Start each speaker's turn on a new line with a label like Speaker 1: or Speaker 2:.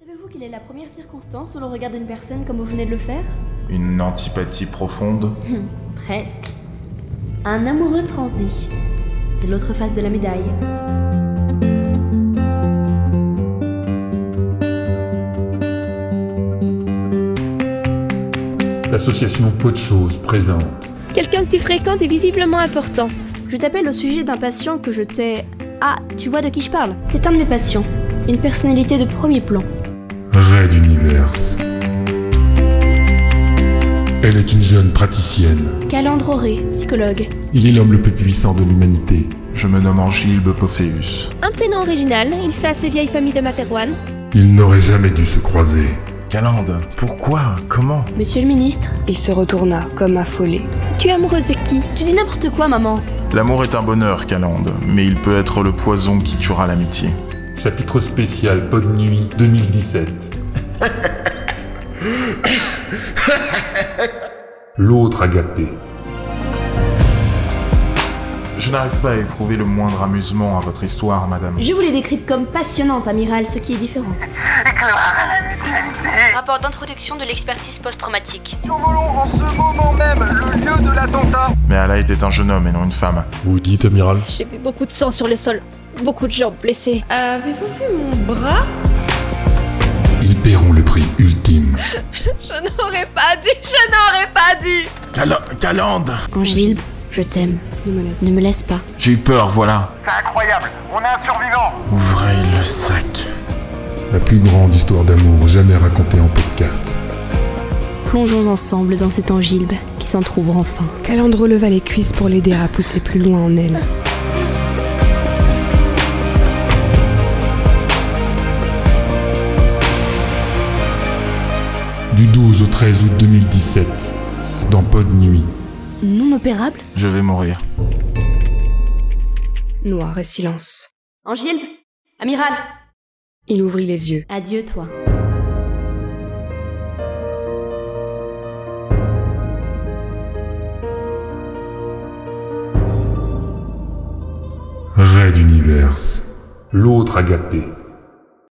Speaker 1: Pensez-vous qu'il est la première circonstance où l'on regarde une personne comme vous venez de le faire
Speaker 2: Une antipathie profonde
Speaker 1: Presque. Un amoureux transi. C'est l'autre face de la médaille.
Speaker 3: L'association Pot de Choses présente
Speaker 4: Quelqu'un que tu fréquentes est visiblement important.
Speaker 1: Je t'appelle au sujet d'un patient que je t'ai. Ah, tu vois de qui je parle C'est un de mes patients. Une personnalité de premier plan.
Speaker 3: Red Universe. Elle est une jeune praticienne.
Speaker 1: Calandre Auré, psychologue.
Speaker 3: Il est l'homme le plus puissant de l'humanité.
Speaker 2: Je me nomme Angilbe Pophéus.
Speaker 4: Un prénom original, il fait à ses vieilles familles de Materwan.
Speaker 3: Ils n'auraient jamais dû se croiser.
Speaker 2: Calande, pourquoi Comment
Speaker 1: Monsieur le ministre,
Speaker 5: Il se retourna, comme affolé.
Speaker 4: Tu es amoureuse de qui
Speaker 1: tu dis n'importe quoi, maman.
Speaker 2: L'amour est un bonheur, Calande, mais il peut être le poison qui tuera l'amitié.
Speaker 3: Chapitre spécial Pod Nuit 2017. L'autre agapé.
Speaker 2: Je n'arrive pas à éprouver le moindre amusement à votre histoire, madame.
Speaker 1: Je vous l'ai décrite comme passionnante, amiral, ce qui est différent. Rapport d'introduction de l'expertise post-traumatique.
Speaker 6: Survolons en ce moment même le lieu de l'attentat.
Speaker 2: Mais Allah était un jeune homme et non une femme.
Speaker 3: Vous dites, amiral
Speaker 7: J'ai vu beaucoup de sang sur le sol, beaucoup de gens blessés.
Speaker 8: Avez-vous vu mon bras
Speaker 3: Ils paieront le prix ultime.
Speaker 8: Je n'aurais pas dû, je n'aurais pas dû
Speaker 2: Calande
Speaker 1: Angile, je t'aime.
Speaker 5: Il me laisse.
Speaker 1: Ne me laisse pas.
Speaker 2: J'ai eu peur, voilà.
Speaker 6: C'est incroyable, on a un survivant.
Speaker 2: Ouvrez le sac.
Speaker 3: La plus grande histoire d'amour jamais racontée en podcast.
Speaker 1: Plongeons ensemble dans cet Angilbe qui s'en trouvera enfin.
Speaker 5: Calandre leva les cuisses pour l'aider à pousser plus loin en elle.
Speaker 3: Du 12 au 13 août 2017. Dans Pod Nuit.
Speaker 1: Non opérable
Speaker 2: Je vais mourir.
Speaker 5: Noir et silence.
Speaker 1: Angilbe Amiral
Speaker 5: Il ouvrit les yeux.
Speaker 1: Adieu, toi.
Speaker 3: Red Universe. L'autre agapé.